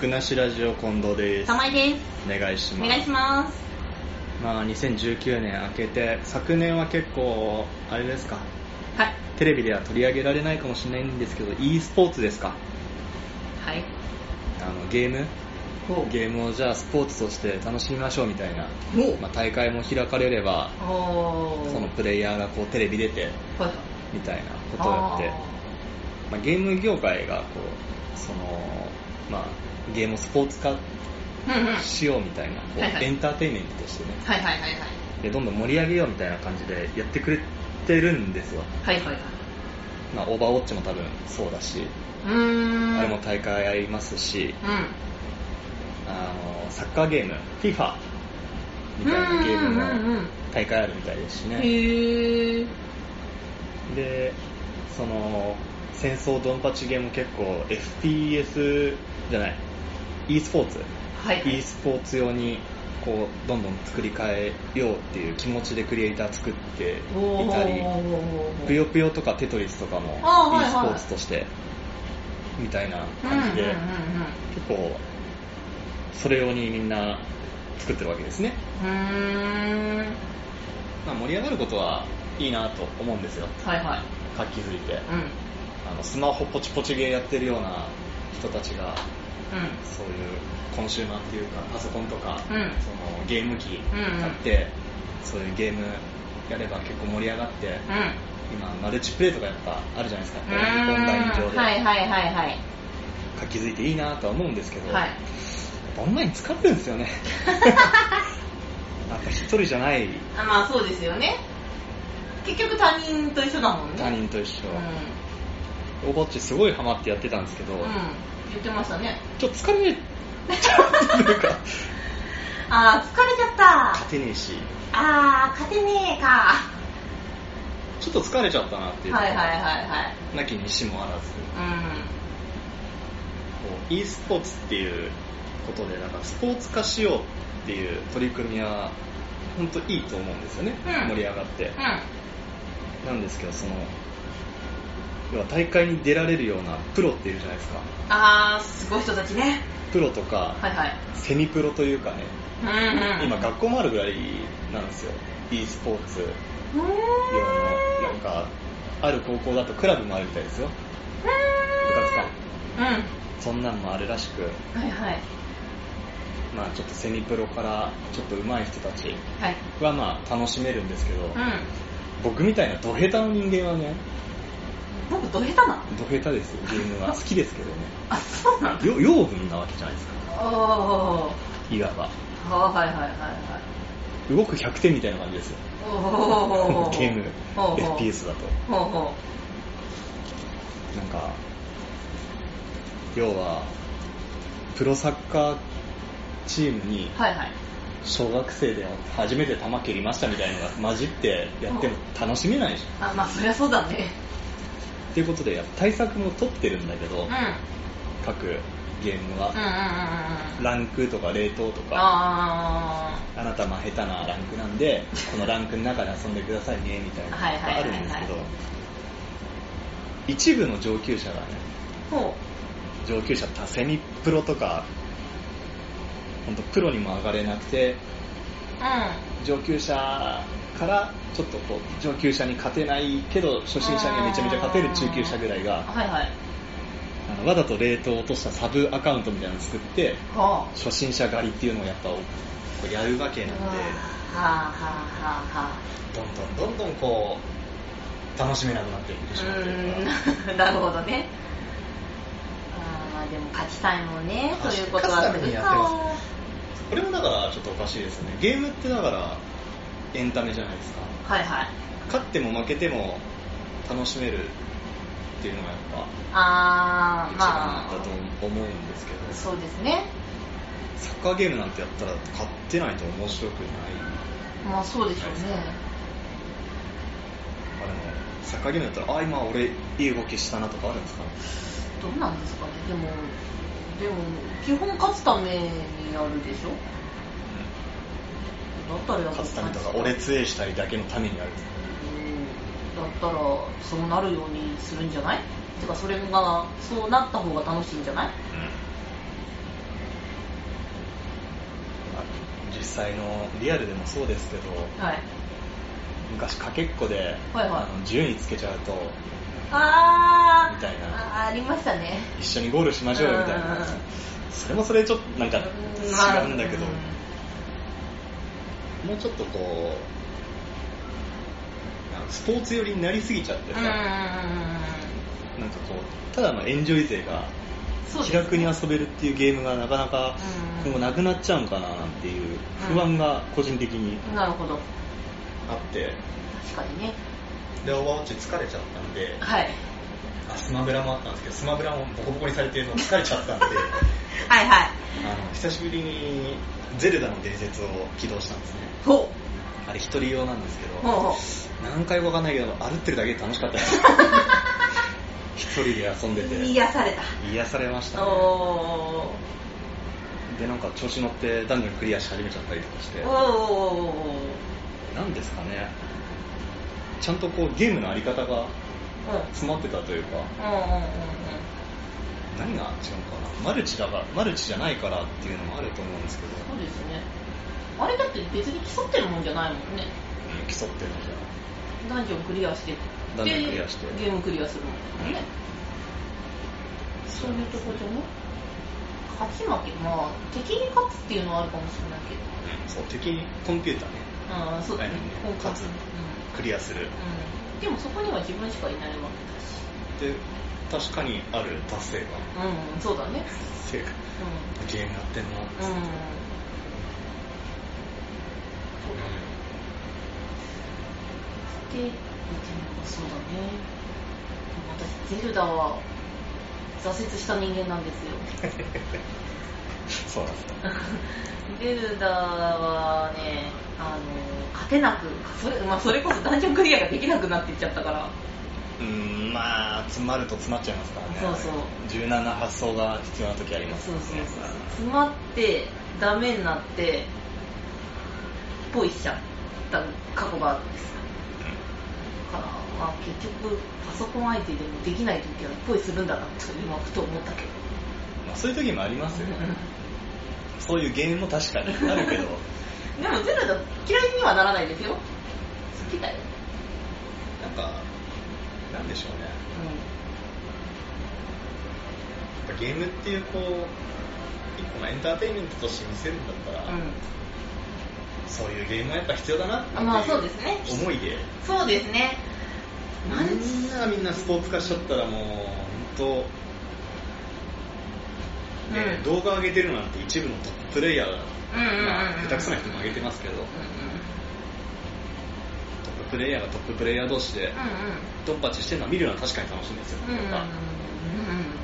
くなしラジオ近藤です。玉井です。お願いしおます。願いします。まあ、2019年明けて、昨年は結構、あれですか、はい。テレビでは取り上げられないかもしれないんですけど、e スポーツですか。はい。あの、ゲームおゲームをじゃあスポーツとして楽しみましょうみたいな。まあ、大会も開かれれば、おおーそのプレイヤーがこうテレビ出て、はいみたいなことをやって、まあ、ゲーム業界がこう、その、まあ、ゲームをスポーツ化あーうんうん。はいしようみたいな、こうはいはいエンターテインメントとしてね、はいはいはい。でどんどん盛り上げようみたいな感じでやってくれてるんですよ、はいはいはい。まあ、オーバーウォッチも多分そうだし、うーん。あれも大会ありますしうあのサッカーゲーム FIFA みん。たいなゲームうんうんうんうもん。大会あるみたいですしねへー。でその戦争ドンパチゲーム結構 FPS じゃない e スポーツ、はい。 e スポーツ用にこうどんどん作り変えようっていう気持ちでクリエイター作っていおたりーぷよぷよとかテトリスとかも e スポあはいはいーツとしてみたいなうんうんうん感じで結構それ用にみんな作ってるわけですね、うん。うーん。まあ、盛り上がることはいいなと思うんですよはいはい。活気づいてうん。あのスマホポチポチゲーやってるような人たちがうそういうコンシューマーっていうかパソコンとか、うそんのゲーム機うんうん買って、そういうゲームやれば結構盛り上がって、ん。うん。今マルチプレイとかやっぱあるじゃないですかうーオンライン上んで、はいはいはいはい。活気づいていいなとは思うんですけど、はい。オンライン疲れるんです よねやっぱ一人じゃないあまあそうですよね。結局他人と一緒だもんね。他人と一緒、うおぼっちすごいハマってやってたんですけど、ん、うん、言ってましたね。ちょっと疲れちゃうっていうか あー、疲れちゃった。勝てねえしあー、勝てねえか。ちょっと疲れちゃったなっていうのがはいはいはいはい。なきにしもあらずうこう e スポーツっていうことでなんかスポーツ化しようっていう取り組みは本当いいと思うんですよね、うん盛り上がって、ん。うん。なんですけどその要は大会に出られるようなプロっているじゃないですかあー、すごい人たちね。プロとかはいはい。セミプロというかね、うんうん。今学校もあるぐらいなんですよ e スポーツ用うーん。のなんかある高校だとクラブもあるみたいですよ部活かうん。うん。そんなんもあるらしくはいはい。まあちょっとセミプロからちょっと上手い人たちはい。はまあ楽しめるんですけど、うん。僕みたいなドヘタの人間はね僕、ど下手なのドヘタですよゲームは好きですけどねあ、そうなのよ養分なわけじゃないですかおー。いわばはーはいはいはいはい。動く100点みたいな感じですよおー。ゲームおうおう FPS だとほうほなんか要はプロサッカーチームにう。はいはい。小学生で初めて球蹴りましたみたいなのが混じってやっても楽しめないでしょあ、まあそりゃそうだね。っていうことで対策も取ってるんだけど、うん。各ゲームはうんうんうんうん、うん。ランクとか冷凍とかああなたまあ下手なランクなんでこのランクの中で遊んでくださいねみたいなはいはいがはあいはるいんですけど一部の上級者がねーほ上級者多セミプロとか本当プロにも上がれなくてう。う上級者からちょっとこう上級者に勝てないけど初心者にめちゃめちゃ勝てる中級者ぐらいん。がはいはい。あのわざと冷凍を落としたサブアカウントみたいなの作ってほう。初心者狩りっていうのをやっぱこうやるわけなんではあはあはあはあ。どんどんどんどんこう楽しめなくなっていっうてしまうというかーん、なるほどね。あーでも勝ちたいもんね、そういうことは。勝つためにやってまこれもだからちょっとおかしいですよねゲームってだからエンタメじゃないですかはいはい。勝っても負けても楽しめるっていうのがやっぱあー、一ま番あ。だと思うんですけど、そうですね。サッカーゲームなんてやったら勝ってないと面白くないまあそうでしょうね。あれもサッカーゲームだったらあ今俺いい動きしたなとかあるんですかねどうなんですかね。でも、でも、基本勝つためにやるでしょだったらやっぱ勝つためとか俺強いしたりだけのためにやるだったらそうなるようにするんじゃないてかそれがそうなった方が楽しいんじゃない実際のリアルでもそうですけど、はい昔かけっこで、はいはいあの自由につけちゃうとあーみたいなあありましたね一緒にゴールしましょうよみたいうんうんうんなそれもそれでちょっとなんか違うんだけど、まあもうちょっとこうあのスポーツ寄りになりすぎちゃってうんさ、うんうんうんなんかこうただのエンジョイ勢がそうです気楽に遊べるっていうゲームがなかなかうん今後なくなっちゃうんかなっていう不安が個人的になるほどあって、確かにねでオーバーウォッチ疲れちゃったんではいあスマブラもあったんですけどスマブラもボコボコにされてるの疲れちゃったんで はいはいあの久しぶりにゼルダの伝説を起動したんですねほあれ一人用なんですけうほうどほう何回もわかんないけど歩ってるだけで楽しかったです 一人で遊んでて癒され癒されましたたねおでなんか調子乗ってダンジョンクリアし始めちゃったりとかしてーおーなんですかねちゃんとこうゲームのあり方がうん詰まってたというかうんうんうんうん何が違うのかなマルチだからマルチじゃないからっていうのもあると思うんですけどそうですねあれだって別に競ってるもんじゃないもんねうん競ってるんじダンジョンクリアしてダンジョンクリアしてでゲームクリアするもんだからねそういうとこでも勝ち負けまあ敵に勝つっていうのはあるかもしれないけどゃん、そう敵にコンピューターねああそうだねはい交換勝つうんクリアするうんでもそこには自分しかいないわけでだし確かにある達成感うんそうだね達成感うゲームやってんな、うんうんで、見てみますそうだね。私、ゼルダは挫折した人間なんですよ。 そうなんですかゼルダはね、あの、勝てなく、それ,、まあ、それこそダンジョンクリアができなくなっていっちゃったから、うーんまあ詰まると詰まっちゃいますからねそうそう柔軟な発想が必要な時ありますそようねそうそう。詰まって、ダメになって、ポイしちゃった過去があるんですよ。だから、まあ、結局、パソコン相手でもできない時はポイするんだなと今、ふと思ったけど。まあ、そういう時もあり ますよねそういうゲームも確かにあるけどでもゼルダ嫌いにはならないですよ。好きだよ。なんかなんでしょうねうやっぱゲームっていうこう一個のエンターテインメントとして見せるんだったら、ん。そういうゲームはやっぱ必要だなっていううん。まあそうですね。思いでそうですね。マルチ。みんながみんなスポーツ化しちゃったらもう本当、ねうん動画上げてるなんて一部のトッププレイヤーが、うんうんうんうんまあ、下手くそな人も上げてますけど、うんトッププレイヤーがトッププレイヤー同士でドンパチしてるのは見るのは確かに楽しいんですよ、うんうん。うんうんうんうやんうん。っ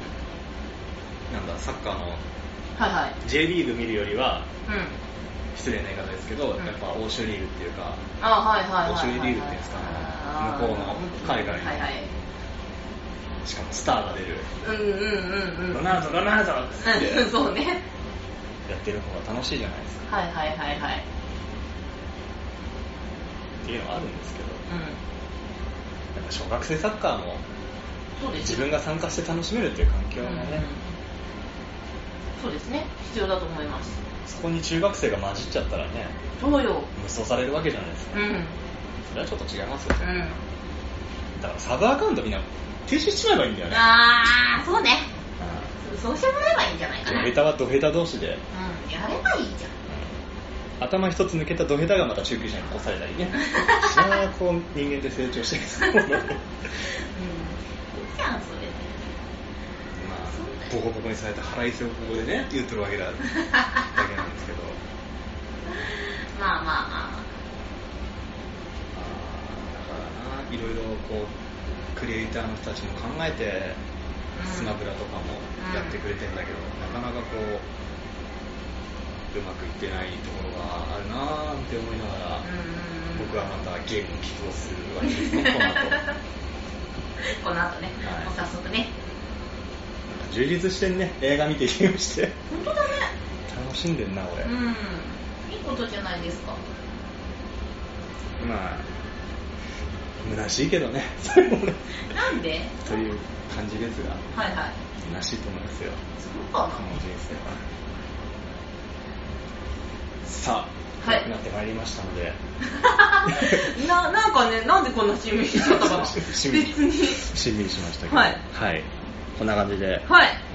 ぱなんだサッカーのはいはい。 J リーグ見るよりはうん。失礼な言い方ですけど、うんやっぱ欧州リーグっていうかあはいはい欧はい州はい。リーグっていうんですかねあー向こうの海外のはいはい。しかもスターが出る、うんうんうんうん。ロナウドロナウドっつってうん そうね。やってる方が楽しいじゃないですかはいはいはいはい。っていうのはあるんですけどうん。やっぱ小学生サッカーもそうです自よ分が参加して楽しめるっていう環境がね、そうですね必要だと思いますそこに中学生が混じっちゃったらねそうよ無双されるわけじゃないですか、うんうんそれはちょっと違いますよねだからサブアカウントみんな停止しちまえばいいんだよねああそうねそうしてもらえばいいんじゃないかドなうんヘタはドヘタ同士でやればいいじゃん頭一つ抜けたドヘタがまた中級者に起こされたりね それはこう人間って成長していくと思うのでうんいいじゃんそれまあボコボコにされて腹いせをここでね言うとるわけだだけなんですけどまあまあまあーだからないろいろこうクリエイターの人たちも考えてうんスマブラとかもやってくれてんだけど、なかなかこううまくいってないところがあるなーって思いながら、あうん僕はまたゲームを起動す るわけですねこの後なんか この後ねはいもう早速ね充実してんね映画見てゲームして本当だね楽しんでんな俺、うんいいことじゃないですかまあ虚しいけど ねそれもねなんでという感じですがはいはい虚しいと思いますよそうかこの人生はさあは暗いくなってまいりましたので、 ななんかねなんでこんなしんみりしちゃったかな別しんみりにしんみりしましたけど、はいはいこんな感じではい